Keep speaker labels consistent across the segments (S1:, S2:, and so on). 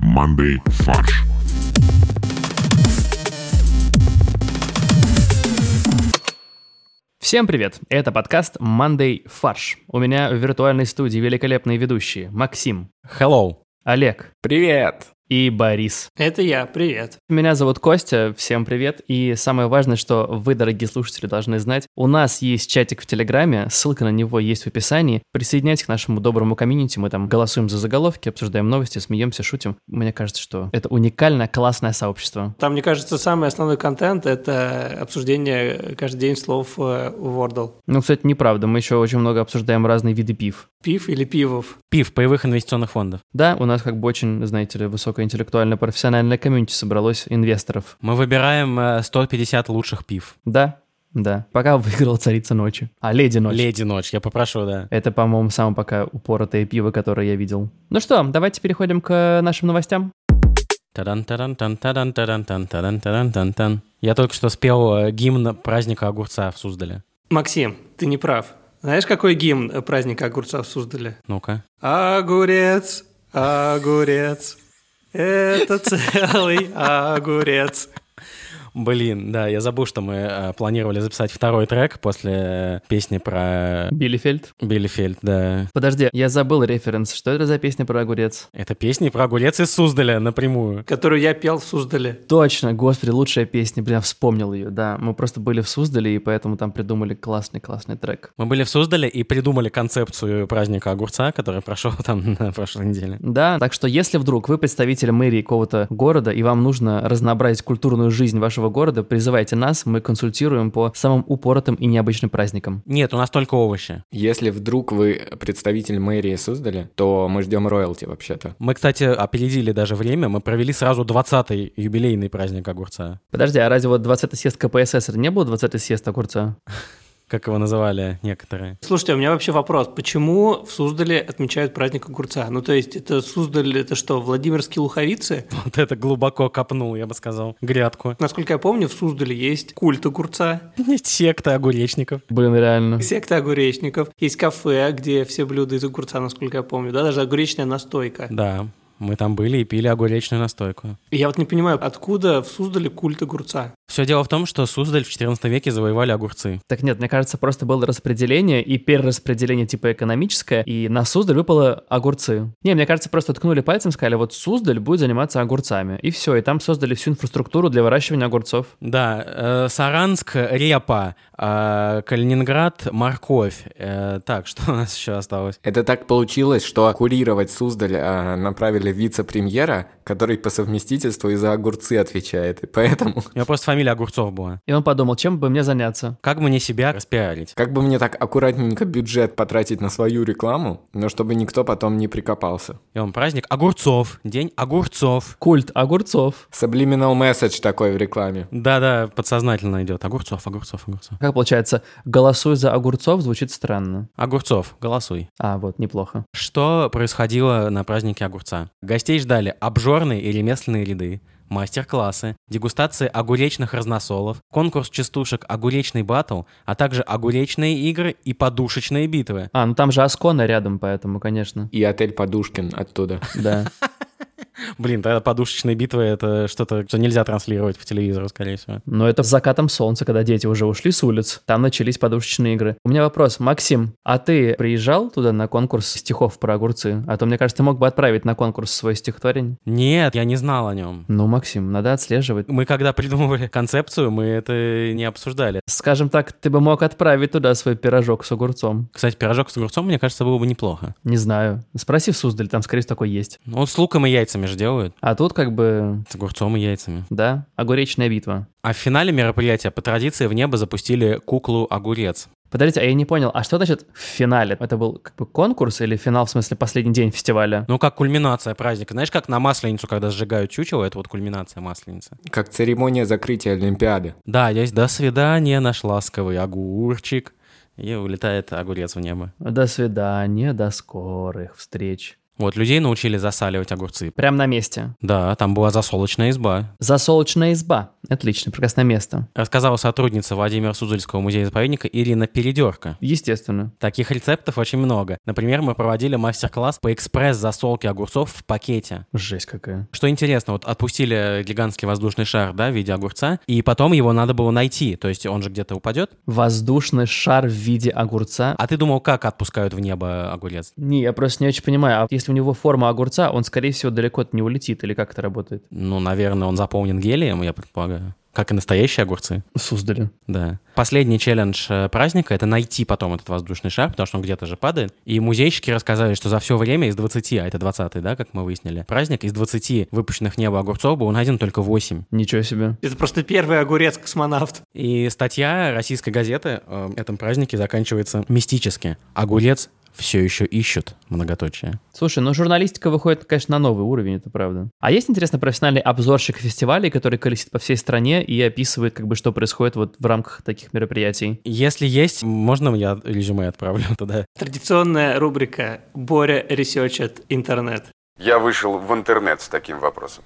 S1: командой «Фарш».
S2: Всем привет! Это подкаст Monday Фарш. У меня в виртуальной студии великолепные ведущие Максим,
S3: Hello.
S2: Олег
S3: Привет.
S2: и Борис.
S4: Это я, привет.
S2: Меня зовут Костя, всем привет. И самое важное, что вы, дорогие слушатели, должны знать, у нас есть чатик в Телеграме, ссылка на него есть в описании. Присоединяйтесь к нашему доброму комьюнити, мы там голосуем за заголовки, обсуждаем новости, смеемся, шутим. Мне кажется, что это уникальное, классное сообщество.
S4: Там, мне кажется, самый основной контент — это обсуждение каждый день слов э, Wordle.
S2: Ну, кстати, неправда, мы еще очень много обсуждаем разные виды пив.
S4: Пив или пивов?
S3: Пив паевых инвестиционных фондов.
S2: Да, у нас как бы очень, знаете ли, высокоинтеллектуальное профессиональное комьюнити собралось инвесторов.
S3: Мы выбираем э, 150 лучших пив.
S2: Да, да. Пока выиграл царица ночи. А, леди ночи.
S3: Леди ночь, Э. я попрошу, да.
S2: Это, по-моему, самое пока упоротое пиво, которое я видел. Ну что, давайте переходим к э, нашим новостям.
S3: Тадан тадан тан тадан тадан тан тадан тадан тан тан. Я только что спел э, гимн праздника огурца в Суздале.
S4: Максим, ты не прав. Знаешь, какой гимн э, праздника огурца в Суздале?
S3: Ну-ка.
S4: Огурец, огурец, это целый огурец.
S3: Блин, да, я забыл, что мы э, планировали записать второй трек после э, песни про
S2: Биллифельд.
S3: Биллифельд, да.
S2: Подожди, я забыл референс. Что это за песня про огурец?
S3: Это песни про огурец из Суздаля напрямую.
S4: Которую я пел в Суздале.
S2: Точно, господи, лучшая песня, бля, вспомнил ее, да. Мы просто были в Суздале, и поэтому там придумали классный-классный трек.
S3: Мы были в Суздале и придумали концепцию праздника огурца, который прошел там на прошлой неделе.
S2: Да, так что если вдруг вы представитель мэрии какого-то города и вам нужно разнообразить культурную жизнь вашего города, призывайте нас, мы консультируем по самым упоротым и необычным праздникам.
S3: Нет, у нас только овощи.
S5: Если вдруг вы представитель мэрии Суздаля, то мы ждем роялти вообще-то.
S3: Мы, кстати, опередили даже время, мы провели сразу 20-й юбилейный праздник огурца.
S2: Подожди, а разве вот 20-й съезд КПСС это не был 20-й съезд огурца?
S3: Как его называли некоторые.
S4: Слушайте, а у меня вообще вопрос. Почему в Суздале отмечают праздник огурца? Ну, то есть, это Суздаль, это что, Владимирские луховицы?
S3: Вот это глубоко копнул, я бы сказал, грядку.
S4: Насколько я помню, в Суздале есть культ огурца,
S3: Есть секта огуречников.
S2: Блин, реально.
S4: Секта огуречников. Есть кафе, где все блюда из огурца, насколько я помню, да, даже огуречная настойка.
S3: Да, мы там были и пили огуречную настойку.
S4: И я вот не понимаю, откуда в Суздале культ огурца?
S3: Все дело в том, что Суздаль в 14 веке завоевали огурцы.
S2: Так нет, мне кажется, просто было распределение и перераспределение типа экономическое, и на Суздаль выпало огурцы. Не, мне кажется, просто ткнули пальцем, сказали, вот Суздаль будет заниматься огурцами. И все, и там создали всю инфраструктуру для выращивания огурцов.
S3: Да, э, Саранск, репа, э, Калининград, морковь. Э, так, что у нас еще осталось?
S5: Это так получилось, что курировать Суздаль а, направили вице-премьера, который по совместительству и за огурцы отвечает. И поэтому,
S3: У меня просто фамилия Огурцов была.
S2: И он подумал, чем бы мне заняться?
S3: Как мне себя распиарить?
S5: как бы мне так аккуратненько бюджет потратить на свою рекламу, но чтобы никто потом не прикопался.
S3: И он праздник огурцов, день огурцов.
S2: Культ огурцов.
S5: Subliminal месседж такой в рекламе.
S3: Да-да, подсознательно идет. Огурцов, огурцов, огурцов.
S2: Как получается, голосуй за огурцов звучит странно.
S3: Огурцов, голосуй.
S2: А, вот, неплохо.
S3: Что происходило на празднике огурца? Гостей ждали обжорные и ремесленные ряды, мастер-классы, дегустации огуречных разносолов, конкурс частушек «Огуречный батл», а также огуречные игры и подушечные битвы.
S2: А, ну там же Аскона рядом, поэтому, конечно.
S5: И отель Подушкин оттуда.
S2: Да.
S3: Блин, тогда подушечные битвы — это что-то, что нельзя транслировать по телевизору, скорее всего.
S2: Но это с закатом солнца, когда дети уже ушли с улиц. Там начались подушечные игры. У меня вопрос, Максим, а ты приезжал туда на конкурс стихов про огурцы? А то, мне кажется, ты мог бы отправить на конкурс свой стихотворение.
S3: Нет, я не знал о нем.
S2: Ну, Максим, надо отслеживать.
S3: Мы когда придумывали концепцию, мы это не обсуждали.
S2: Скажем так, ты бы мог отправить туда свой пирожок с огурцом.
S3: Кстати, пирожок с огурцом, мне кажется, было бы неплохо.
S2: Не знаю. Спроси в Суздаль, там, скорее всего, такой есть.
S3: Ну, вот с луком и яйцами же делают.
S2: А тут как бы...
S3: С огурцом и яйцами.
S2: Да, огуречная битва.
S3: А в финале мероприятия по традиции в небо запустили куклу огурец.
S2: Подождите, а я не понял, а что значит в финале? Это был как бы конкурс или финал, в смысле, последний день фестиваля?
S3: Ну, как кульминация праздника. Знаешь, как на масленицу, когда сжигают чучело, это вот кульминация масленицы.
S5: Как церемония закрытия Олимпиады.
S3: Да, есть «До свидания, наш ласковый огурчик». И улетает огурец в небо.
S2: До свидания, до скорых встреч.
S3: Вот, людей научили засаливать огурцы.
S2: Прям на месте.
S3: Да, там была засолочная изба.
S2: Засолочная изба. Отлично, прекрасное место.
S3: Рассказала сотрудница Владимира Суздальского музея-заповедника Ирина Передерка.
S2: Естественно.
S3: Таких рецептов очень много. Например, мы проводили мастер-класс по экспресс-засолке огурцов в пакете.
S2: Жесть какая.
S3: Что интересно, вот отпустили гигантский воздушный шар, да, в виде огурца, и потом его надо было найти, то есть он же где-то упадет.
S2: Воздушный шар в виде огурца.
S3: А ты думал, как отпускают в небо огурец?
S2: Не, я просто не очень понимаю, а если у него форма огурца, он, скорее всего, далеко не улетит, или как это работает?
S3: Ну, наверное, он заполнен гелием, я предполагаю. Как и настоящие огурцы,
S2: Суздали.
S3: да. Последний челлендж э, праздника — это найти потом этот воздушный шар, потому что он где-то же падает. И музейщики рассказали, что за все время из 20, а это 20 да, как мы выяснили, праздник, из 20 выпущенных в небо огурцов был найден только 8.
S2: Ничего себе.
S4: Это просто первый огурец-космонавт.
S3: И статья российской газеты о этом празднике заканчивается мистически. Огурец все еще ищут, многоточие.
S2: Слушай, ну журналистика выходит, конечно, на новый уровень, это правда. А есть, интересно, профессиональный обзорщик фестивалей, который колесит по всей стране и описывает, как бы, что происходит вот в рамках таких мероприятий?
S3: Если есть, можно я резюме отправлю туда?
S4: Традиционная рубрика «Боря ресерчит интернет».
S1: Я вышел в интернет с таким вопросом.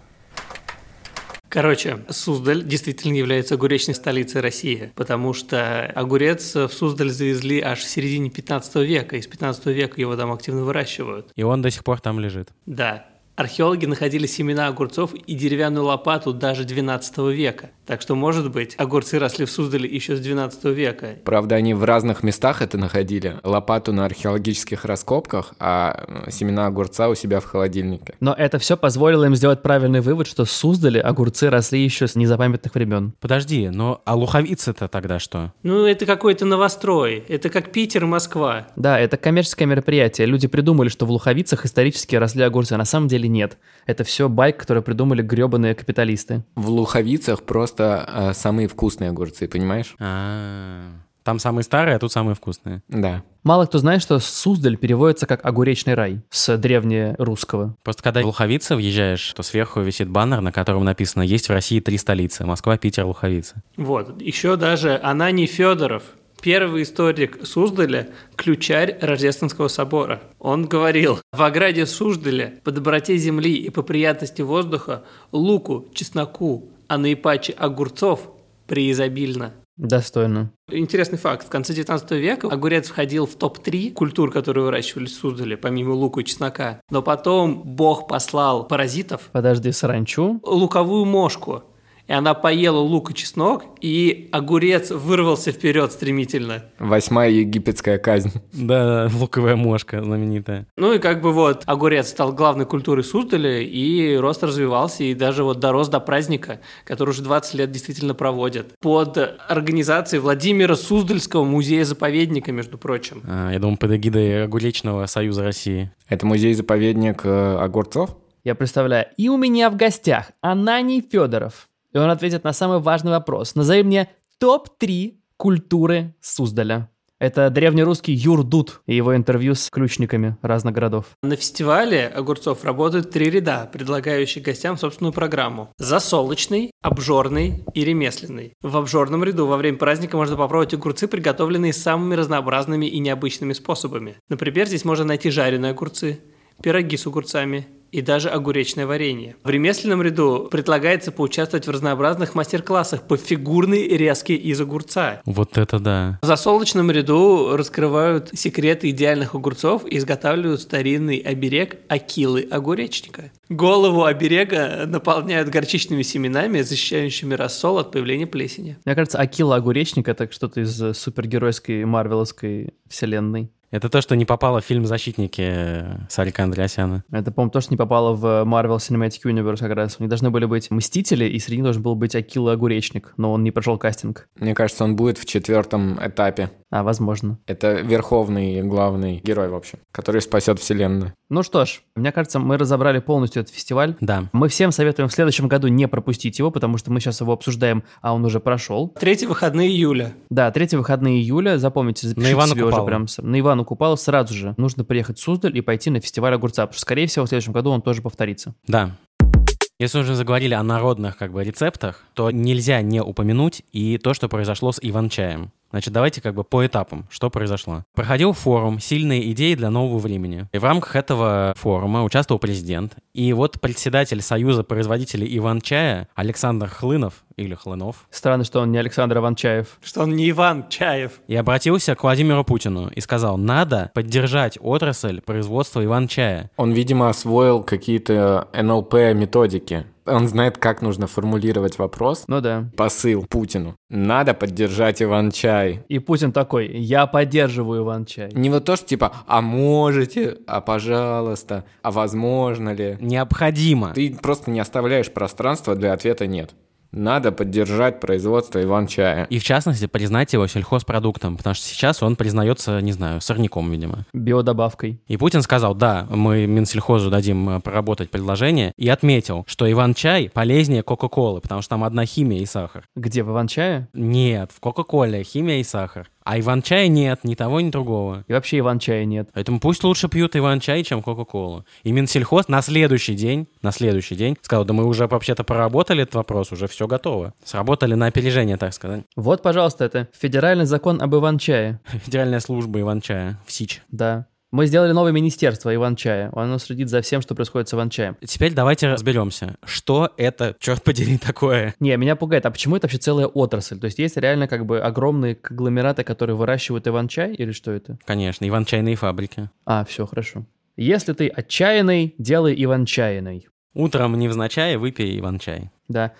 S4: Короче, Суздаль действительно является огуречной столицей России, потому что огурец в Суздаль завезли аж в середине 15 века, и с 15 века его там активно выращивают.
S3: И он до сих пор там лежит.
S4: Да, археологи находили семена огурцов и деревянную лопату даже 12 века. Так что, может быть, огурцы росли в Суздале еще с 12 века.
S5: Правда, они в разных местах это находили. Лопату на археологических раскопках, а э, семена огурца у себя в холодильнике.
S2: Но это все позволило им сделать правильный вывод, что в Суздале огурцы росли еще с незапамятных времен.
S3: Подожди, но а луховицы-то тогда что?
S4: Ну, это какой-то новострой. Это как Питер, Москва.
S2: Да, это коммерческое мероприятие. Люди придумали, что в Луховицах исторически росли огурцы, а на самом деле нет. Это все байк, который придумали гребаные капиталисты.
S5: В Луховицах просто э, самые вкусные огурцы, понимаешь?
S3: А, Там самые старые, а тут самые вкусные.
S5: Да.
S2: Мало кто знает, что Суздаль переводится как «огуречный рай» с древнерусского.
S3: Просто когда в Луховицы въезжаешь, то сверху висит баннер, на котором написано «Есть в России три столицы – Москва, Питер, Луховицы».
S4: Вот. Еще даже Анани Федоров, первый историк Суздаля, ключарь Рождественского собора. Он говорил, в ограде Суздаля по доброте земли и по приятности воздуха луку, чесноку, а наипаче огурцов преизобильно.
S2: Достойно.
S4: Интересный факт. В конце 19 века огурец входил в топ-3 культур, которые выращивались в Суздале, помимо лука и чеснока. Но потом бог послал паразитов,
S2: Подожди, саранчу?
S4: луковую мошку. И она поела лук и чеснок, и огурец вырвался вперед стремительно.
S5: Восьмая египетская казнь.
S3: Да, луковая мошка знаменитая.
S4: Ну и как бы вот огурец стал главной культурой Суздаля, и рост развивался, и даже вот дорос до праздника, который уже 20 лет действительно проводят. Под организацией Владимира Суздальского музея-заповедника, между прочим.
S3: А, я думаю, под эгидой Огуречного союза России.
S5: Это музей-заповедник э, огурцов?
S2: Я представляю, и у меня в гостях Ананий Федоров. И он ответит на самый важный вопрос. Назови мне топ-3 культуры Суздаля. Это древнерусский Юрдут и его интервью с ключниками разных городов.
S4: На фестивале огурцов работают три ряда, предлагающие гостям собственную программу. Засолочный, обжорный и ремесленный. В обжорном ряду во время праздника можно попробовать огурцы, приготовленные самыми разнообразными и необычными способами. Например, здесь можно найти жареные огурцы, пироги с огурцами и даже огуречное варенье. В ремесленном ряду предлагается поучаствовать в разнообразных мастер-классах по фигурной резке из огурца.
S3: Вот это да.
S4: В засолочном ряду раскрывают секреты идеальных огурцов и изготавливают старинный оберег акилы огуречника. Голову оберега наполняют горчичными семенами, защищающими рассол от появления плесени.
S2: Мне кажется, Акила Огуречник — это что-то из э, супергеройской марвеловской вселенной.
S3: Это то, что не попало в фильм «Защитники» э, Сарика Андреасяна.
S2: Это, по-моему, то, что не попало в Marvel Cinematic Universe как раз. У них должны были быть Мстители, и среди них должен был быть Акила Огуречник, но он не прошел кастинг.
S5: Мне кажется, он будет в четвертом этапе.
S2: А, возможно.
S5: Это верховный главный герой, в общем, который спасет вселенную.
S2: Ну что ж, мне кажется, мы разобрали полностью этот фестиваль.
S3: Да.
S2: Мы всем советуем в следующем году не пропустить его, потому что мы сейчас его обсуждаем, а он уже прошел.
S4: Третьи выходные июля.
S2: Да, третьи выходные июля, запомните, запишите
S3: Ивана
S2: себе уже
S3: Купалу.
S2: прям с- на Ивану Купалу сразу же. Нужно приехать в Суздаль и пойти на фестиваль огурца, потому что, скорее всего, в следующем году он тоже повторится.
S3: Да. Если уже заговорили о народных как бы рецептах, то нельзя не упомянуть и то, что произошло с Иван-чаем. Значит, давайте как бы по этапам, что произошло. Проходил форум «Сильные идеи для нового времени». И в рамках этого форума участвовал президент. И вот председатель Союза производителей Иван-чая Александр Хлынов, или Хлынов,
S2: Странно, что он не Александр Иванчаев.
S4: Что он не Иван Чаев.
S3: и обратился к Владимиру Путину и сказал, надо поддержать отрасль производства Иван-чая.
S5: Он, видимо, освоил какие-то НЛП-методики. Он знает, как нужно формулировать вопрос.
S2: Ну да.
S5: Посыл Путину. Надо поддержать Иван-чай.
S2: И Путин такой, я поддерживаю Иван-чай.
S5: Не вот то, что типа «а можете», «а пожалуйста», «а возможно ли».
S3: Необходимо.
S5: Ты просто не оставляешь пространства для ответа «нет». Надо поддержать производство Иван-чая.
S3: И в частности, признать его сельхозпродуктом, потому что сейчас он признается, не знаю, сорняком, видимо.
S2: Биодобавкой.
S3: И Путин сказал, да, мы Минсельхозу дадим э, проработать предложение, и отметил, что Иван-чай полезнее Кока-Колы, потому что там одна химия и сахар.
S2: Где, в Иван-чае?
S3: Нет, в Кока-Коле химия и сахар. А Иван-чая нет, ни того, ни другого.
S2: И вообще Иван-чая нет.
S3: Поэтому пусть лучше пьют Иван-чай, чем Кока-Колу. И Минсельхоз на следующий день, на следующий день сказал, да мы уже вообще-то проработали этот вопрос, уже все готово. Сработали на опережение, так сказать.
S2: Вот, пожалуйста, это федеральный закон об Иван-чае.
S3: Федеральная служба Иван-чая в СИЧ.
S2: Да. Мы сделали новое министерство Иван-чая. Оно следит за всем, что происходит с Иван-чаем.
S3: Теперь давайте разберемся, что это, черт подери, такое.
S2: Не, меня пугает, а почему это вообще целая отрасль? То есть есть реально как бы огромные конгломераты, которые выращивают иван-чай или что это?
S3: Конечно, Иван-чайные фабрики.
S2: А, все, хорошо. Если ты отчаянный, делай иван-чайный.
S3: Утром невзначай выпей Иван-чай.
S2: Да.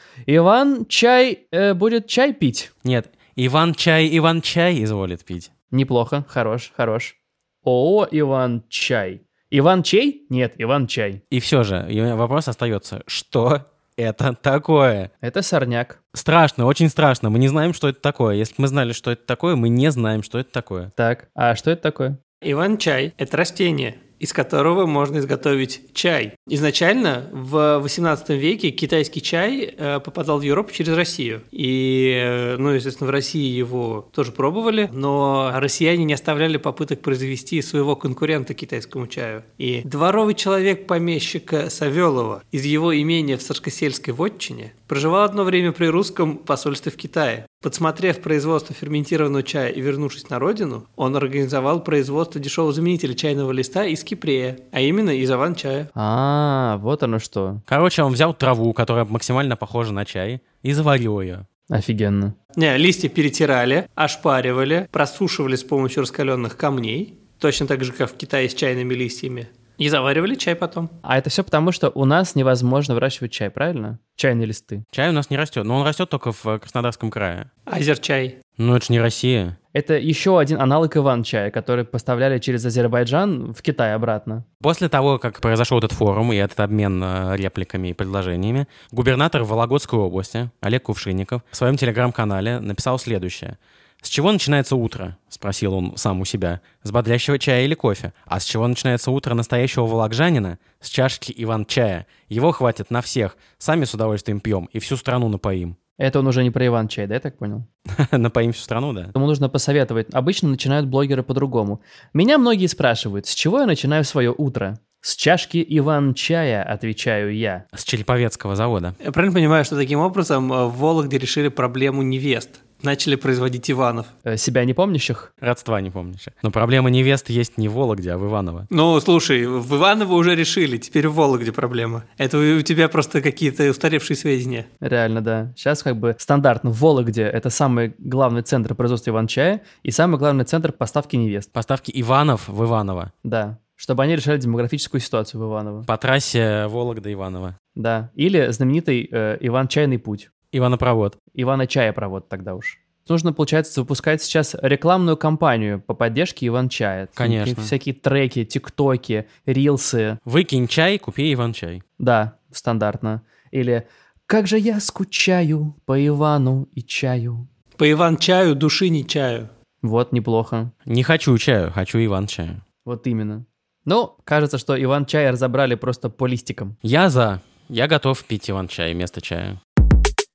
S2: Иван-чай э, будет чай пить.
S3: Нет, Иван-чай, Иван-чай изволит пить.
S2: Неплохо, хорош, хорош. ООО Иван-чай. Иван-чей? Нет, Иван-чай.
S3: И все же, и вопрос остается, что это такое?
S2: Это сорняк.
S3: Страшно, очень страшно. Мы не знаем, что это такое. Если бы мы знали, что это такое, мы не знаем, что это такое.
S2: Так, а что это такое?
S4: Иван-чай – это растение, из которого можно изготовить чай. Изначально в 18 веке китайский чай э, попадал в Европу через Россию. И, э, ну, естественно, в России его тоже пробовали, но россияне не оставляли попыток произвести своего конкурента китайскому чаю. И дворовый человек помещика Савелова из его имения в Саркосельской вотчине проживал одно время при русском посольстве в Китае. Подсмотрев производство ферментированного чая и вернувшись на родину, он организовал производство дешевого заменителя чайного листа из кипрея, а именно из аван-чая.
S2: А, вот оно что.
S3: Короче, он взял траву, которая максимально похожа на чай, и заварил ее.
S2: Офигенно.
S4: Не, листья перетирали, ошпаривали, просушивали с помощью раскаленных камней, точно так же, как в Китае с чайными листьями, и заваривали чай потом.
S2: А это все потому, что у нас невозможно выращивать чай, правильно? Чайные листы.
S3: Чай у нас не растет, но он растет только в э, Краснодарском крае.
S4: Азерчай.
S3: Ну это же не Россия.
S2: Это еще один аналог Иван-чая, который поставляли через Азербайджан в Китай обратно.
S3: После того, как произошел этот форум и этот обмен э, репликами и предложениями, губернатор Вологодской области Олег Кувшинников в своем телеграм-канале написал следующее. «С чего начинается утро?» — спросил он сам у себя. «С бодрящего чая или кофе? А с чего начинается утро настоящего вологжанина? С чашки Иван-чая. Его хватит на всех. Сами с удовольствием пьем и всю страну напоим».
S2: Это он уже не про Иван-чай, да, я так понял?
S3: Напоим всю страну, да?
S2: Ему нужно посоветовать. Обычно начинают блогеры по-другому. Меня многие спрашивают, с чего я начинаю свое утро? С чашки Иван-чая, отвечаю я.
S3: С Череповецкого завода.
S4: Я правильно понимаю, что таким образом э, в Вологде решили проблему невест? Начали производить Иванов.
S2: Э, себя не помнящих?
S3: Родства не помнишь. Но проблема невесты есть не в Вологде, а в Иваново.
S4: Ну, слушай, в Иваново уже решили, теперь в Вологде проблема. Это у у тебя просто какие-то устаревшие сведения.
S2: Реально, да. Сейчас как бы стандартно в Вологде это самый главный центр производства Иван-чая и самый главный центр поставки невест.
S3: Поставки Иванов в Иваново.
S2: Да. Чтобы они решали демографическую ситуацию в Иваново.
S3: По трассе Вологда-Иваново.
S2: Да. Или знаменитый э, Иван-чайный путь.
S3: Иванопровод.
S2: Ивана Чая провод тогда уж. Нужно, получается, запускать сейчас рекламную кампанию по поддержке Иван Чая.
S3: Конечно.
S2: Какие-то Всякие треки, тиктоки, рилсы.
S3: Выкинь чай, купи Иван-чай.
S2: Да, стандартно. Или «Как же я скучаю по Ивану и чаю».
S4: По Иван-чаю души не чаю.
S2: Вот, неплохо.
S3: Не хочу чаю, хочу Иван-чаю.
S2: Вот именно. Ну, кажется, что Иван Чай разобрали просто по листикам.
S3: Я за. Я готов пить Иван-чай вместо чая.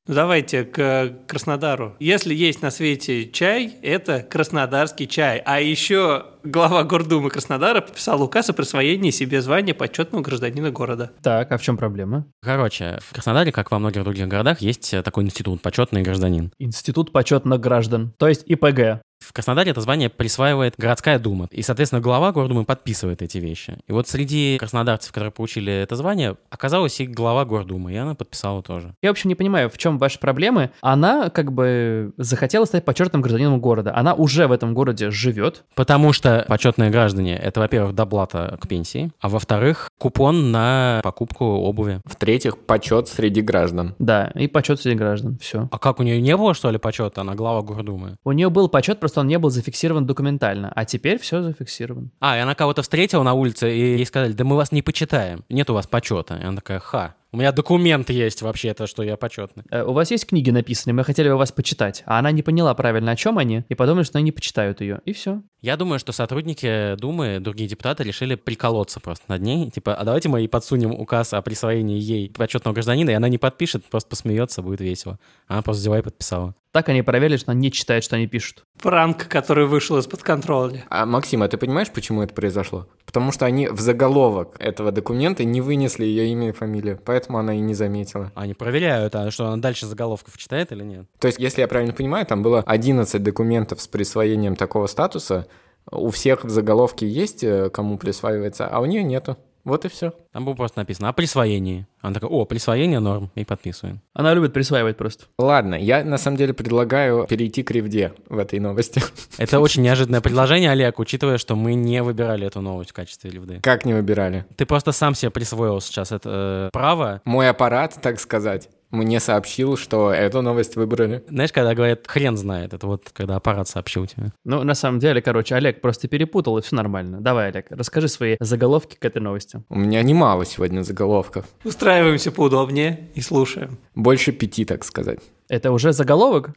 S4: Ну, давайте к э, Краснодару. Если есть на свете чай, это краснодарский чай. А еще глава Гордумы Краснодара подписал указ о присвоении себе звания почетного гражданина города.
S2: Так, а в чем проблема?
S3: Короче, в Краснодаре, как во многих других городах, есть э, такой институт «Почетный гражданин».
S2: Институт почетных граждан, то есть ИПГ.
S3: В Краснодаре это звание присваивает городская дума. И, соответственно, глава гордумы подписывает эти вещи. И вот среди краснодарцев, которые получили это звание, оказалась и глава гордумы, и она подписала тоже.
S2: Я, в общем, не понимаю, в чем ваши проблемы. Она как бы захотела стать почетным гражданином города. Она уже в этом городе живет.
S3: Потому что почетные граждане — это, во-первых, доплата к пенсии, а во-вторых, купон на покупку обуви.
S5: В-третьих, почет среди граждан.
S2: Да, и почет среди граждан. Все.
S3: А как, у нее не было, что ли, почета? Она глава гордумы.
S2: У нее был почет, просто он не был зафиксирован документально. А теперь все зафиксировано.
S3: А, и она кого-то встретила на улице, и ей сказали, да мы вас не почитаем, нет у вас почета. И она такая, ха, у меня документ есть вообще-то, что я почетный.
S2: Э, У вас есть книги написанные, мы хотели бы вас почитать. А она не поняла правильно, о чем они, и подумала, что они не почитают ее. И все.
S3: Я думаю, что сотрудники Думы, другие депутаты решили приколоться просто над ней. Типа, а давайте мы ей подсунем указ о присвоении ей почетного гражданина, и она не подпишет, просто посмеется, будет весело. Она просто взяла и подписала.
S2: Так они проверили, что она не читает, что они пишут.
S4: Пранк, который вышел из-под контроля.
S5: А, Максим, а ты понимаешь, почему это произошло? Потому что они в заголовок этого документа не вынесли ее имя и фамилию, поэтому она и не заметила.
S3: Они проверяют, а что она дальше заголовков читает или нет.
S5: То есть, если я правильно понимаю, там было 11 документов с присвоением такого статуса, у всех в заголовке есть, э, кому присваивается, а у нее нету. Вот и все.
S3: Там было просто написано о присвоении. Она такая, о, присвоение норм, и подписываем.
S2: Она любит присваивать просто.
S5: Ладно, я на самом деле предлагаю перейти к ревде в этой новости.
S3: Это очень неожиданное предложение, Олег, учитывая, что мы не выбирали эту новость в качестве львды.
S5: Как не выбирали?
S3: Ты просто сам себе присвоил сейчас это э, право.
S5: Мой аппарат, так сказать, мне сообщил, что эту новость выбрали.
S3: Знаешь, когда говорят, хрен знает, это вот когда аппарат сообщил тебе.
S2: Ну, на самом деле, короче, Олег просто перепутал, и все нормально. Давай, Олег, расскажи свои заголовки к этой новости.
S5: У меня немало сегодня заголовков.
S4: Устраиваемся поудобнее и слушаем.
S5: Больше пяти, так сказать.
S2: Это уже заголовок?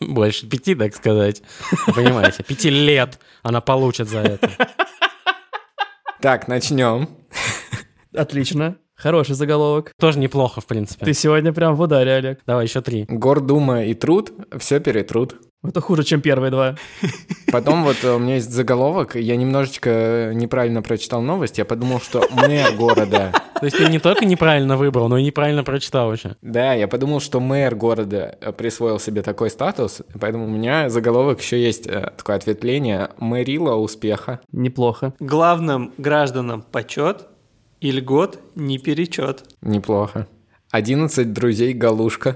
S3: Больше пяти, так сказать. Понимаете, пяти лет она получит за это.
S5: Так, начнем.
S2: Отлично. Хороший заголовок.
S3: Тоже неплохо, в принципе.
S2: Ты сегодня прям в ударе, Олег.
S3: Давай еще три.
S5: Гордума и труд, все перетрут.
S2: Это хуже, чем первые два.
S5: Потом вот э, у меня есть заголовок, я немножечко э, неправильно прочитал новость, я подумал, что мэр города...
S3: То есть ты не только неправильно выбрал, но и неправильно прочитал еще.
S5: Да, я подумал, что мэр города э, присвоил себе такой статус, поэтому у меня заголовок еще есть э, такое ответвление «Мэрила успеха».
S2: Неплохо.
S4: Главным гражданам почет и льгот не перечет.
S5: Неплохо. 11 друзей Галушка.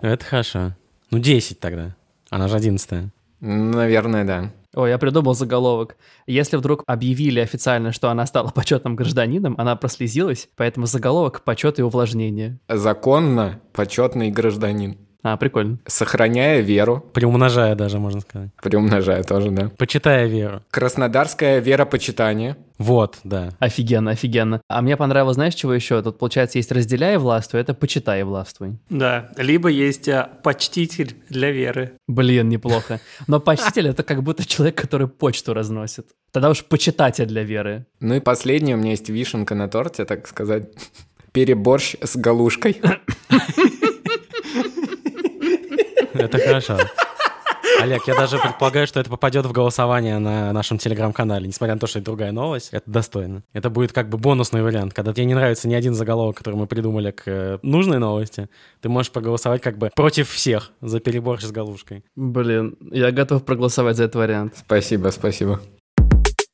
S3: Это хорошо. Ну, 10 тогда. Она же одиннадцатая.
S5: Наверное, да.
S2: Ой, я придумал заголовок. Если вдруг объявили официально, что она стала почетным гражданином, она прослезилась, поэтому заголовок «Почет и увлажнение».
S5: Законно почетный гражданин.
S2: А, прикольно.
S5: Сохраняя веру,
S3: Приумножая даже, можно сказать.
S5: приумножая тоже, да.
S3: Почитая веру.
S5: Краснодарское веропочитание.
S3: Вот, да.
S2: Офигенно, офигенно. А мне понравилось, знаешь, чего еще? Тут, получается, есть «разделяй и властвуй», это «почитай и властвуй».
S4: Да, либо есть а, почтитель для веры.
S2: Блин, неплохо. Но почтитель — это как будто человек, который почту разносит. Тогда уж почитатель для веры.
S5: Ну и последнее, у меня есть вишенка на торте, так сказать. Переборщ с галушкой.
S3: Это хорошо. Олег, я даже предполагаю, что это попадет в голосование на нашем телеграм-канале, несмотря на то, что это другая новость. Это достойно. Это будет как бы бонусный вариант. Когда тебе не нравится ни один заголовок, который мы придумали к э, нужной новости, ты можешь проголосовать как бы против всех за перебор с галушкой.
S2: Блин, я готов проголосовать за этот вариант.
S5: Спасибо, спасибо.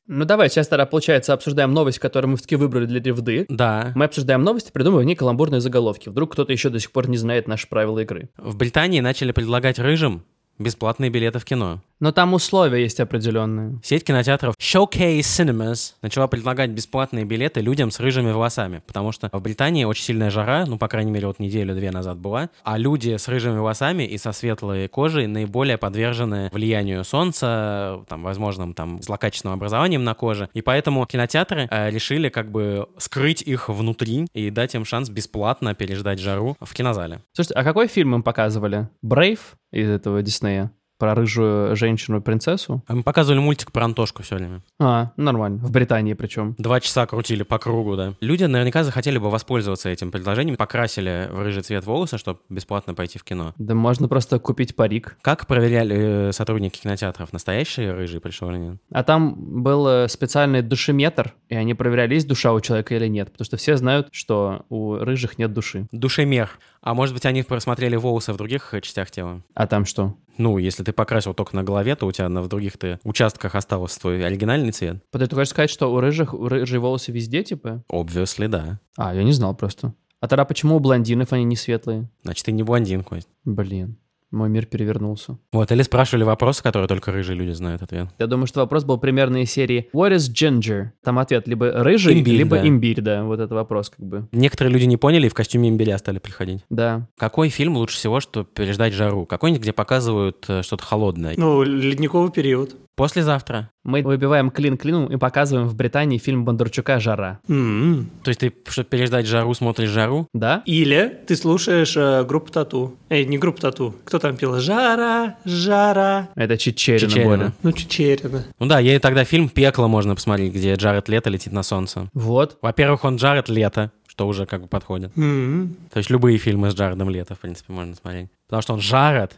S2: Ну давай, сейчас тогда, получается, обсуждаем новость, которую мы все-таки выбрали для ревды.
S3: Да.
S2: Мы обсуждаем новости, придумываем в ней каламбурные заголовки. Вдруг кто-то еще до сих пор не знает наши правила игры.
S3: В Британии начали предлагать рыжим бесплатные билеты в кино.
S2: Но там условия есть определенные.
S3: Сеть кинотеатров Showcase Cinemas начала предлагать бесплатные билеты людям с рыжими волосами, потому что в Британии очень сильная жара, ну, по крайней мере, вот неделю-две назад была, а люди с рыжими волосами и со светлой кожей наиболее подвержены влиянию солнца, там, возможным там злокачественным образованием на коже, и поэтому кинотеатры э, решили как бы скрыть их внутри и дать им шанс бесплатно переждать жару в кинозале.
S2: Слушайте, а какой фильм им показывали? Брейв из этого Диснея? про рыжую женщину-принцессу.
S3: А мы показывали мультик про Антошку все время.
S2: А, нормально. В Британии причем.
S3: Два часа крутили по кругу, да. Люди наверняка захотели бы воспользоваться этим предложением, покрасили в рыжий цвет волосы, чтобы бесплатно пойти в кино.
S2: Да можно просто купить парик.
S3: Как проверяли э, сотрудники кинотеатров, настоящие рыжие пришел или нет?
S2: А там был э, специальный душеметр, и они проверяли, есть душа у человека или нет. Потому что все знают, что у рыжих нет души.
S3: Душемер. А может быть, они просмотрели волосы в других э, частях тела?
S2: А там что?
S3: Ну, если ты покрасил только на голове, то у тебя на, в других-то участках остался твой оригинальный цвет.
S2: Подожди, ты хочешь сказать, что у рыжих у рыжие волосы везде, типа?
S3: Obviously, да.
S2: А, я не знал просто. А тогда почему у блондинов они не светлые?
S3: Значит, ты не блондин, Кость.
S2: Блин, мой мир перевернулся.
S3: Вот, или спрашивали вопросы, которые только рыжие люди знают ответ.
S2: Я думаю, что вопрос был примерно из серии «What is ginger?» Там ответ либо рыжий,
S3: Имбирь,
S2: либо
S3: да.
S2: имбирь, да. Вот это вопрос как бы.
S3: Некоторые люди не поняли и в костюме имбиря стали приходить.
S2: Да.
S3: Какой фильм лучше всего, чтобы переждать жару? Какой-нибудь, где показывают э, что-то холодное.
S4: Ну, ледниковый период.
S3: Послезавтра.
S2: Мы выбиваем клин клину и показываем в Британии фильм Бондарчука «Жара».
S4: М.
S3: То есть ты, чтобы переждать жару, смотришь жару?
S2: Да?
S4: Или ты слушаешь э, группу Тату. Эй, не группу Тату. Кто там пел? Жара, жара.
S2: Это Чичерина,
S3: Чичерина.
S2: Боря.
S4: Ну, Чечерина.
S3: Ну да, я и тогда фильм «Пекло» можно посмотреть, где Джаред Лето летит на солнце.
S2: Вот.
S3: Во-первых, он Джаред Лето, что уже как бы подходит.
S4: М.
S3: То есть любые фильмы с Джаредом Лето, в принципе, можно смотреть. Потому что он Джаред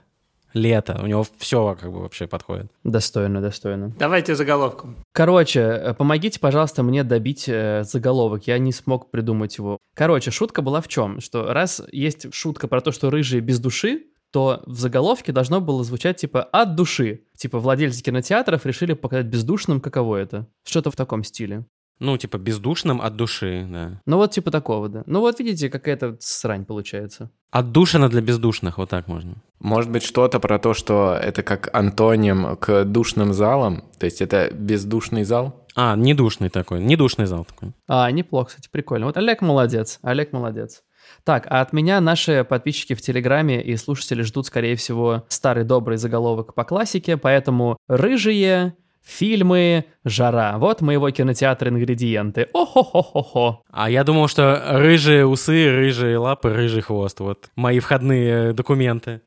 S3: Лето, у него все как бы вообще подходит.
S2: Достойно, достойно.
S4: Давайте заголовком.
S2: Короче, э, помогите, пожалуйста, мне добить э, заголовок. Я не смог придумать его. Короче, шутка была в чем? Что раз есть шутка про то, что рыжие без души, то в заголовке должно было звучать типа «от души». Типа владельцы кинотеатров решили показать бездушным, каково это. Что-то в таком стиле.
S3: Ну, типа, бездушным от души, да.
S2: Ну вот типа такого, да. Ну вот видите, какая-то вот срань получается.
S3: Отдушина для бездушных, вот так можно.
S5: Может быть, что-то про то, что это как антоним к душным залам, то есть это бездушный зал?
S3: А, недушный такой, недушный зал такой.
S2: А, неплохо, кстати, прикольно. Вот Олег молодец, Олег молодец. Так, а от меня наши подписчики в Телеграме и слушатели ждут, скорее всего, старый добрый заголовок по классике, поэтому «Рыжие», «Фильмы», «Жара». Вот моего кинотеатра ингредиенты. О-хо-хо-хо-хо.
S3: А я думал, что рыжие усы, рыжие лапы, рыжий хвост. Вот мои входные э, документы.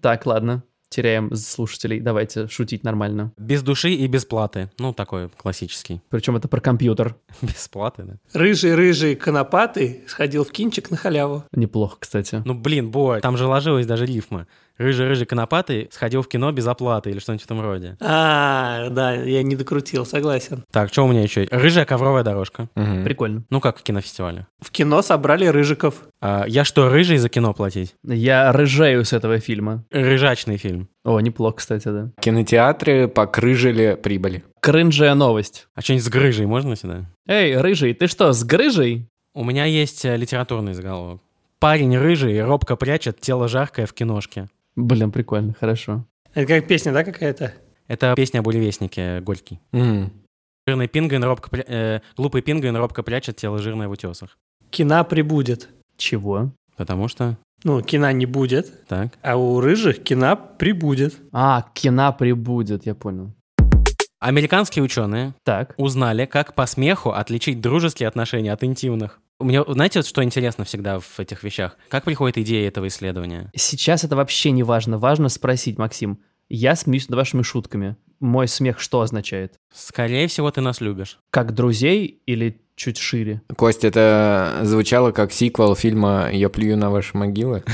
S2: Так, ладно, теряем слушателей, давайте шутить нормально.
S3: Без души и без платы. Ну, такой классический.
S2: Причем это про компьютер.
S3: Без платы, да.
S4: Рыжий-рыжий конопатый сходил в кинчик на халяву.
S2: Неплохо, кстати.
S3: Ну, блин, бой, там же ложилась даже рифма. Рыжий-рыжий конопатый сходил в кино без оплаты или что-нибудь в этом роде.
S4: А, да, я не докрутил, согласен.
S3: Так, что у меня еще? Рыжая ковровая дорожка.
S5: Мгм.
S2: Прикольно.
S3: Ну, как в кинофестивале.
S4: В кино собрали рыжиков.
S3: А, я что, рыжий за кино платить?
S2: Я рыжаю с этого фильма.
S3: Рыжачный фильм.
S2: О, неплохо, кстати, да.
S5: Кинотеатры покрыжили прибыли.
S2: Крынжая новость.
S3: А что-нибудь с грыжей можно сюда?
S2: Эй, рыжий, ты что, с грыжей?
S3: У меня есть э, литературный заголовок. Парень рыжий робко прячет тело жаркое в киношке.
S2: Блин, прикольно, хорошо.
S4: Это как песня, да, какая-то?
S3: Это песня об улевестнике Горький.
S5: Мгм.
S3: Жирный пингвин робко пря- э, глупый пингвин робко прячет тело жирное в утесах.
S4: Кина прибудет.
S2: Чего?
S3: Потому что
S4: Ну, кина не будет,
S3: так.
S4: а у рыжих кина прибудет.
S2: А, кина прибудет, я понял.
S3: Американские ученые
S2: Так,
S3: узнали, как по смеху отличить дружеские отношения от интимных. У меня, знаете, вот что интересно всегда в этих вещах? Как приходит идея этого исследования?
S2: сейчас это вообще не важно. Важно спросить, Максим, я смеюсь над вашими шутками. Мой смех что означает?
S3: Скорее всего, ты нас любишь.
S2: Как друзей или чуть шире?
S5: Кость, это звучало как сиквел фильма «Я плюю на ваши могилы».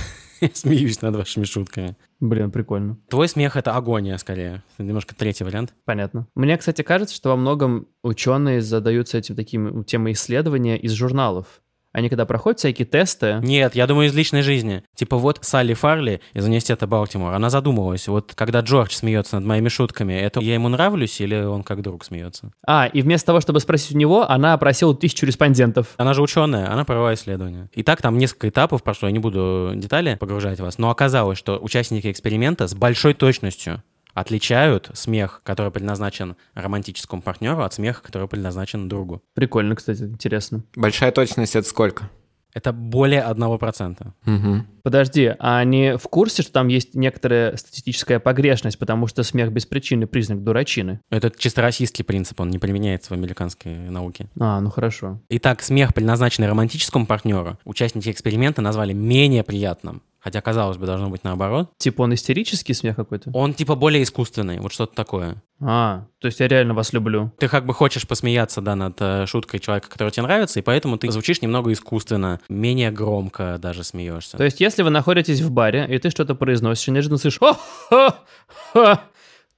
S3: Я смеюсь над вашими шутками.
S2: Блин, прикольно.
S3: Твой смех — это агония, скорее. Это немножко третий вариант.
S2: Понятно. Мне, кстати, кажется, что во многом ученые задаются этим таким темой исследования из журналов. Они когда проходят всякие тесты,
S3: Нет, я думаю, из личной жизни. Типа вот Салли Фарли из университета Балтимор, она задумывалась, вот когда Джордж смеется над моими шутками, это я ему нравлюсь или он как друг смеется?
S2: а, и вместо того, чтобы спросить у него, она опросила тысячу респондентов.
S3: Она же ученая, она провела исследование. И так там несколько этапов прошло, я не буду детали погружать вас, но оказалось, что участники эксперимента с большой точностью отличают смех, который предназначен романтическому партнеру, от смеха, который предназначен другу.
S2: Прикольно, кстати, интересно.
S5: Большая точность — это сколько?
S3: Это более 1%.
S5: Мгм.
S2: Подожди, а они в курсе, что там есть некоторая статистическая погрешность, потому что смех без причины – признак дурачины?
S3: Это чисто российский принцип, он не применяется в американской науке.
S2: А, ну хорошо.
S3: Итак, смех, предназначенный романтическому партнеру, участники эксперимента назвали менее приятным. Хотя, казалось бы, должно быть наоборот.
S2: Типа он истерический смех какой-то?
S3: Он типа более искусственный, вот что-то такое.
S2: А, то есть я реально вас люблю.
S3: Ты как бы хочешь посмеяться, да, над э, шуткой человека, который тебе нравится, и поэтому ты звучишь немного искусственно, менее громко даже смеешься.
S2: То есть если вы находитесь в баре, и ты что-то произносишь, и неожиданно слышишь «О, ха, ха»,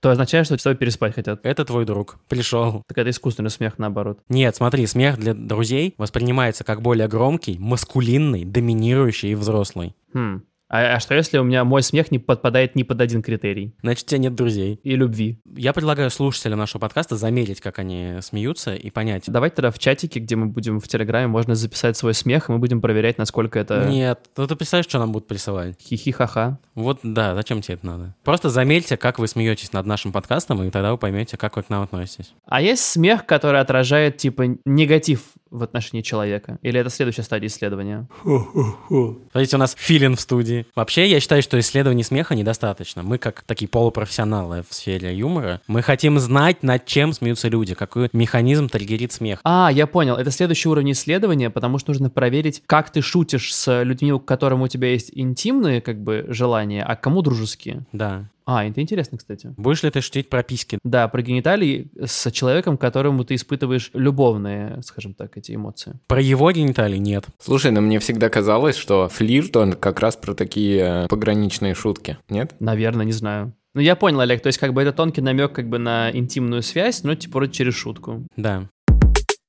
S2: то означает, что с тобой переспать хотят.
S3: Это твой друг. Пришел.
S2: Так это искусственный смех наоборот.
S3: Нет, смотри, смех для друзей воспринимается как более громкий, маскулинный, доминирующий и взрослый.
S2: Хм. А, а что если у меня мой смех не подпадает ни под один критерий?
S3: Значит, у тебя нет друзей.
S2: И любви.
S3: Я предлагаю слушателям нашего подкаста замерить, как они смеются, и понять.
S2: Давайте тогда в чатике, где мы будем в Телеграме, можно записать свой смех, и мы будем проверять, насколько это
S3: Нет, ну ты представляешь, что нам будут присылать?
S2: хихи-ха-ха.
S3: Вот да, зачем тебе это надо? Просто замерьте, как вы смеетесь над нашим подкастом, и тогда вы поймете, как вы к нам относитесь.
S2: А есть смех, который отражает, типа, негатив в отношении человека? Или это следующая стадия исследования?
S4: Ху-ху-ху.
S3: Смотрите, у нас филин в студии. Вообще, я считаю, что исследований смеха недостаточно. Мы, как такие полупрофессионалы в сфере юмора, мы хотим знать, над чем смеются люди, какой механизм триггерит смех.
S2: А, я понял, это следующий уровень исследования, потому что нужно проверить, как ты шутишь с людьми, у которым у тебя есть интимные, как бы, желания, а к кому дружеские.
S3: Да.
S2: А, это интересно, кстати.
S3: Будешь ли ты шутить про письки?
S2: Да, про гениталии с человеком, которому ты испытываешь любовные, скажем так, эти эмоции.
S3: Про его гениталии нет.
S5: Слушай, ну мне всегда казалось, что флирт, он как раз про такие э, пограничные шутки, нет?
S2: Наверное, не знаю. Ну, я понял, Олег, то есть как бы это тонкий намек как бы на интимную связь, но типа вроде через шутку.
S3: Да.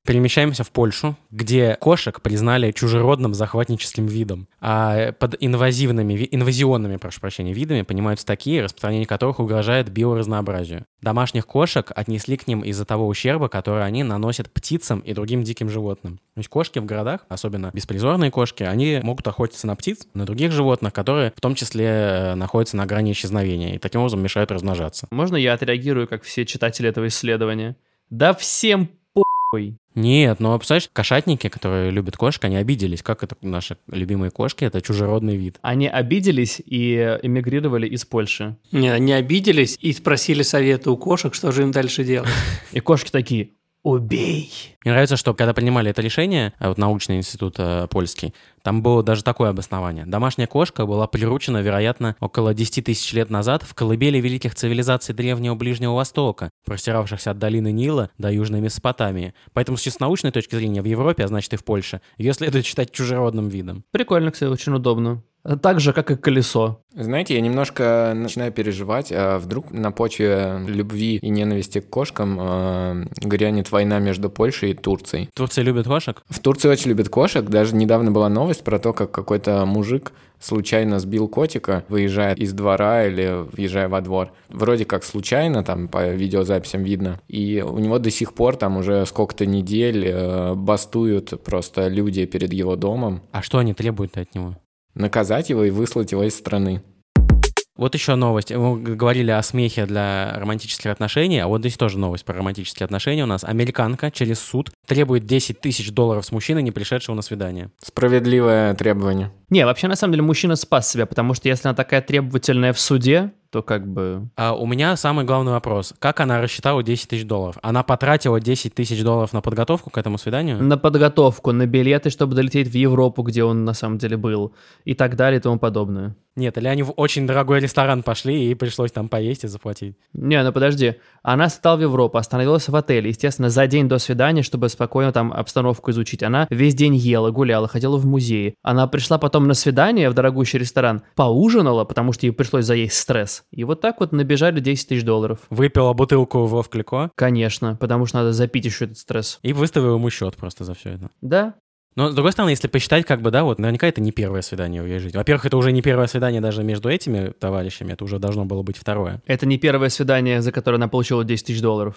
S3: Перемещаемся в Польшу, где кошек признали чужеродным захватническим видом. А под инвазивными, ви- инвазионными, прошу прощения, видами понимаются такие, распространение которых угрожает биоразнообразию. Домашних кошек отнесли к ним из-за того ущерба, который они наносят птицам и другим диким животным. То есть кошки в городах, особенно беспризорные кошки, они могут охотиться на птиц, на других животных, которые в том числе э, находятся на грани исчезновения и таким образом мешают размножаться.
S2: Можно я отреагирую, как все читатели этого исследования? Да всем похуй.
S3: Нет, ну а представляешь, кошатники, которые любят кошек, они обиделись. Как это наши любимые кошки? Это чужеродный вид.
S2: Они обиделись и эмигрировали из Польши.
S4: Не, они обиделись и спросили совета у кошек, что же им дальше делать.
S2: И кошки такие «Убей!»
S3: Мне нравится, что когда принимали это решение, а вот научный институт э, польский, там было даже такое обоснование. Домашняя кошка была приручена, вероятно, около 10 тысяч лет назад в колыбели великих цивилизаций Древнего Ближнего Востока, простиравшихся от долины Нила до Южной Месопотамии. Поэтому с чисто научной точки зрения в Европе, а значит и в Польше, ее следует считать чужеродным видом.
S2: Прикольно, кстати, очень удобно. А Так же, как и колесо.
S5: Знаете, я немножко начинаю переживать, а вдруг на почве любви и ненависти к кошкам э, грянет война между Польшей и Турцией.
S3: Турция любит кошек?
S5: В Турции очень любят кошек. Даже недавно была новость про то, как какой-то мужик случайно сбил котика, выезжая из двора или въезжая во двор. Вроде как случайно, там по видеозаписям видно. И у него до сих пор там уже сколько-то недель э, бастуют просто люди перед его домом.
S3: А что они требуют от него?
S5: Наказать его и выслать его из страны.
S3: Вот еще новость. Мы г- говорили о смехе для романтических отношений, а вот здесь тоже новость про романтические отношения у нас. Американка через суд требует 10 тысяч долларов с мужчины, не пришедшего на свидание.
S5: Справедливое требование.
S2: Не, вообще, на самом деле, мужчина спас себя, потому что если она такая требовательная в суде, то как бы...
S3: А у меня самый главный вопрос. Как она рассчитала 10 тысяч долларов? Она потратила 10 тысяч долларов на подготовку к этому свиданию?
S2: На подготовку, на билеты, чтобы долететь в Европу, где он на самом деле был, и так далее, и тому подобное.
S3: Нет, или они в очень дорогой ресторан пошли, и ей пришлось там поесть и заплатить.
S2: Не, ну подожди. Она слетала в Европу, остановилась в отеле, естественно, за день до свидания, чтобы спокойно там обстановку изучить. Она весь день ела, гуляла, ходила в музеи. Она пришла потом на свидание в дорогущий ресторан, поужинала, потому что ей пришлось заесть стресс. И вот так вот набежали 10 тысяч долларов.
S3: Выпила бутылку в Клико
S2: Конечно, потому что надо запить еще этот стресс.
S3: и выставила ему счет просто за все это.
S2: Да,
S3: Но, с другой стороны, если посчитать, как бы, да, вот наверняка это не первое свидание в ее жизни. Во-первых, это уже не первое свидание даже между этими товарищами, это уже должно было быть второе.
S2: это не первое свидание, за которое она получила 10 тысяч долларов.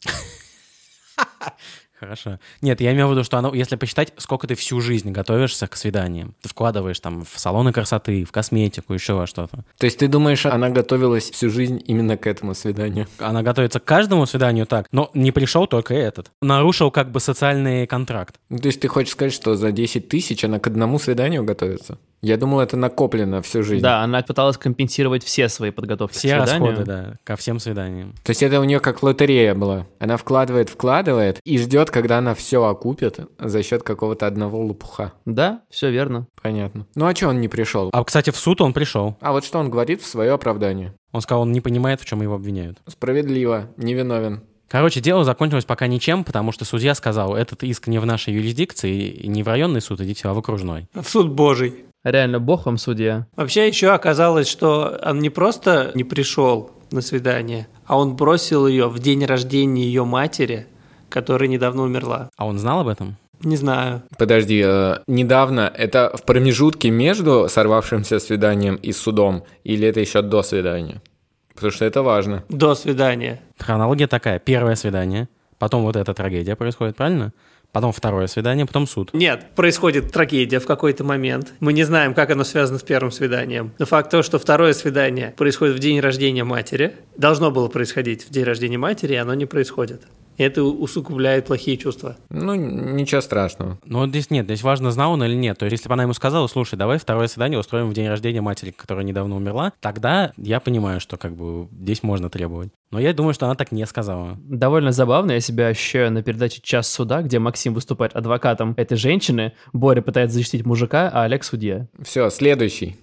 S3: Хорошо. Нет, я имею в виду, что оно, если посчитать, сколько ты всю жизнь готовишься к свиданиям, ты вкладываешь там в салоны красоты, в косметику, еще во что-то.
S5: То есть ты думаешь, она готовилась всю жизнь именно к этому свиданию?
S3: Она готовится к каждому свиданию так, но не пришел только этот. Нарушил как бы социальный контракт.
S5: Ну, То есть ты хочешь сказать, что за 10 тысяч она к одному свиданию готовится? Я думал, это накоплено всю жизнь.
S2: Да, она пыталась компенсировать все свои подготовки
S3: Все
S2: к свиданию.
S3: расходы, да, ко всем свиданиям.
S5: То есть это у нее как лотерея была. Она вкладывает, вкладывает и ждет, когда она все окупит за счет какого-то одного лопуха.
S2: Да, все верно.
S5: Понятно. Ну а что он не пришел?
S3: А, кстати, в суд он пришел.
S5: А вот что он говорит в свое оправдание?
S3: Он сказал, он не понимает, в чем его обвиняют.
S5: Справедливо, невиновен.
S3: Короче, дело закончилось пока ничем, потому что судья сказал, этот иск не в нашей юрисдикции, и не в районный суд, идите, а в окружной.
S4: В суд божий.
S2: Реально, бог вам судья.
S4: Вообще еще оказалось, что он не просто не пришел на свидание, а он бросил ее в день рождения ее матери, которая недавно умерла.
S3: А он знал об этом?
S4: Не знаю.
S5: Подожди, э, недавно это в промежутке между сорвавшимся свиданием и судом, или это еще до свидания? Потому что это важно.
S4: До свидания.
S3: Хронология такая. Первое свидание, потом вот эта трагедия происходит, правильно? Потом второе свидание, потом суд.
S4: Нет, происходит трагедия в какой-то момент. Мы не знаем, как оно связано с первым свиданием. Но факт то, что второе свидание происходит в день рождения матери, должно было происходить в день рождения матери, и оно не происходит. И это у- усугубляет плохие чувства.
S5: Ну, н- ничего страшного.
S3: Но Ну, вот здесь нет, здесь важно, знал он или нет. То есть, если бы она ему сказала, слушай, давай второе свидание устроим в день рождения матери, которая недавно умерла, тогда я понимаю, что как бы здесь можно требовать. Но я думаю, что она так не сказала.
S2: Довольно забавно, я себя ощущаю на передаче «Час суда», где Максим выступает адвокатом этой женщины, Боря пытается защитить мужика, а Олег судья.
S5: Все, следующий.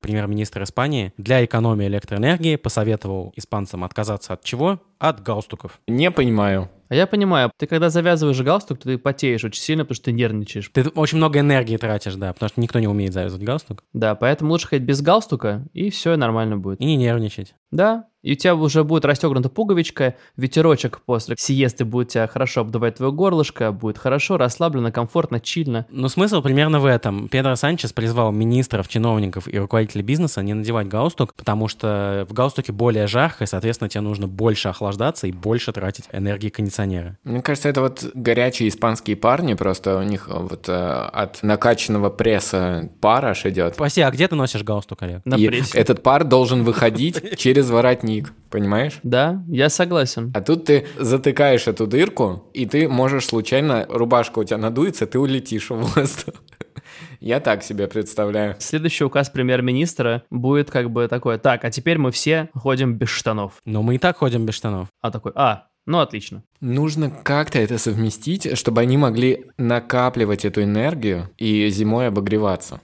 S3: Премьер-министр Испании для экономии электроэнергии посоветовал испанцам отказаться от чего? От галстуков.
S5: Не понимаю.
S2: А я понимаю, ты когда завязываешь галстук, ты потеешь очень сильно, потому что ты нервничаешь.
S3: Ты очень много энергии тратишь, да, потому что никто не умеет завязывать галстук.
S2: Да, поэтому лучше ходить без галстука, и все нормально будет.
S3: И не нервничать.
S2: Да, и у тебя уже будет расстегнута пуговичка, ветерочек после сиесты будет тебя хорошо обдувать твое горлышко, будет хорошо, расслабленно, комфортно, чильно.
S3: Но смысл примерно в этом. Педро Санчес призвал министров, чиновников и руководителей бизнеса не надевать галстук, потому что в галстуке более жарко, и, соответственно, тебе нужно больше охлаждаться и больше тратить энергии кондиционера.
S5: Мне кажется, это вот горячие испанские парни, просто у них э, вот э, от накачанного пресса пар аж идет.
S3: Прости, а где ты носишь галстук, Олег?
S2: На
S5: И
S2: прессе.
S5: этот пар должен выходить через воротник, понимаешь?
S2: Да, я согласен.
S5: А тут ты затыкаешь эту дырку, и ты можешь случайно, рубашка у тебя надуется, ты улетишь в воздух. Я так себе представляю.
S2: Следующий указ премьер-министра будет как бы такой, так, а теперь мы все ходим без штанов.
S3: Но мы и так ходим без штанов.
S2: А такой, а, ну отлично.
S5: Нужно как-то это совместить, чтобы они могли накапливать эту энергию и зимой обогреваться.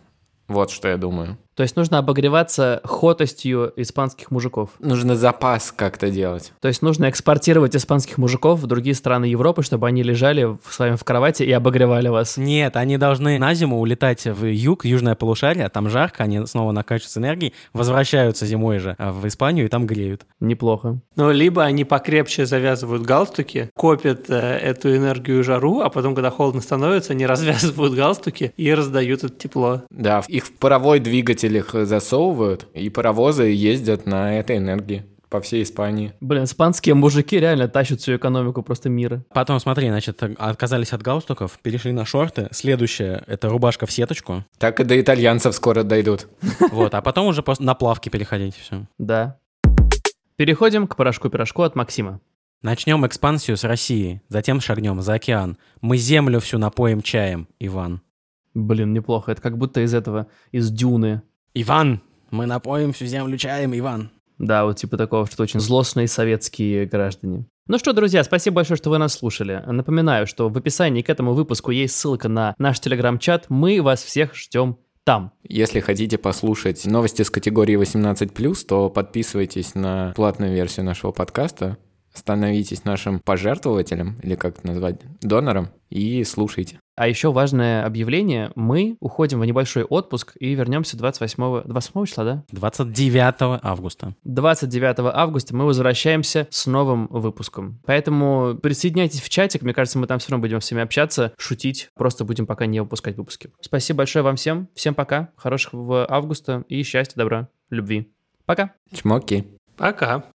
S5: Вот что я думаю.
S2: То есть нужно обогреваться хотостью испанских мужиков.
S5: Нужно запас как-то делать.
S2: То есть нужно экспортировать испанских мужиков в другие страны Европы, чтобы они лежали в- с вами в кровати и обогревали вас.
S3: Нет, они должны на зиму улетать в юг, южное полушарие, а там жарко, они снова накачиваются энергией, возвращаются зимой же а, в Испанию и там греют.
S2: Неплохо.
S4: Но либо они покрепче завязывают галстуки, копят э, эту энергию и жару, а потом, когда холодно становится, они развязывают галстуки и раздают это тепло.
S5: Да, в- их в паровой двигатель их засовывают, и паровозы ездят на этой энергии по всей Испании.
S2: Блин, испанские мужики реально тащат всю экономику просто мира.
S3: Потом, смотри, значит, отказались от галстуков, перешли на шорты. Следующее — это рубашка в сеточку.
S5: Так и до итальянцев скоро дойдут.
S3: Вот, а потом уже просто на плавки переходить, все.
S2: Да. Переходим к порошку-пирожку от Максима.
S3: Начнем экспансию с России, затем шагнем за океан. Мы землю всю напоим чаем, Иван.
S2: Блин, неплохо. Это как будто из этого, из дюны.
S3: Иван! Мы напоим всю землю чаем, Иван.
S2: Да, вот типа такого, что очень злостные советские граждане. Ну что, друзья, спасибо большое, что вы нас слушали. Напоминаю, что в описании к этому выпуску есть ссылка на наш телеграм-чат. Мы вас всех ждем там.
S5: Если хотите послушать новости с категории 18+, то подписывайтесь на платную версию нашего подкаста, становитесь нашим пожертвователем, или как это назвать, донором, и слушайте.
S2: А еще важное объявление. Мы уходим в небольшой отпуск и вернемся 28, 28 числа, да?
S3: 29 августа.
S2: 29 августа мы возвращаемся с новым выпуском. Поэтому присоединяйтесь в чатик. Мне кажется, мы там все равно будем с вами общаться, шутить. Просто будем пока не выпускать выпуски. Спасибо большое вам всем. Всем пока. Хороших в августа и счастья, добра, любви. Пока.
S5: Чмоки.
S4: Пока.